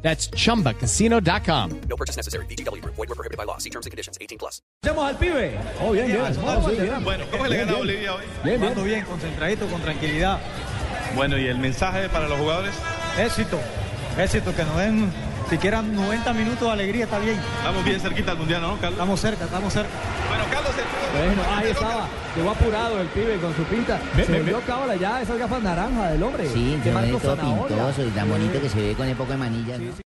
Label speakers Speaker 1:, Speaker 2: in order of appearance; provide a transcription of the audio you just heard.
Speaker 1: That's chumbacasino.com.
Speaker 2: No purchase necessary. BGW. Void were prohibited by law. See terms and conditions. 18 plus.
Speaker 3: Echamos al pibe.
Speaker 4: Oh, bien, bien.
Speaker 3: Alfaro,
Speaker 4: Sí,
Speaker 3: sí,
Speaker 4: bien.
Speaker 5: Bueno, ¿cómo le gana Bolivia hoy?
Speaker 4: Bien, bien.
Speaker 3: Jugando bien, concentradito, con tranquilidad.
Speaker 5: Bueno, ¿y el mensaje para los jugadores?
Speaker 3: Éxito, éxito, que nos den siquiera 90 minutos de alegría, está bien.
Speaker 5: Estamos bien cerquita al Mundial, ¿no, Carlos?
Speaker 3: Estamos cerca, estamos cerca.
Speaker 5: Bueno, Carlos, el...
Speaker 4: Bueno, ahí estaba. Llegó apurado el pibe con su pinta. Se volvió cábala ya esas gafas naranjas del hombre.
Speaker 6: Sí,
Speaker 4: Que
Speaker 6: se ve
Speaker 4: Marco
Speaker 6: todo
Speaker 4: Zanahoria.
Speaker 6: pintoso y tan bonito que se ve con época de manillas, ¿no?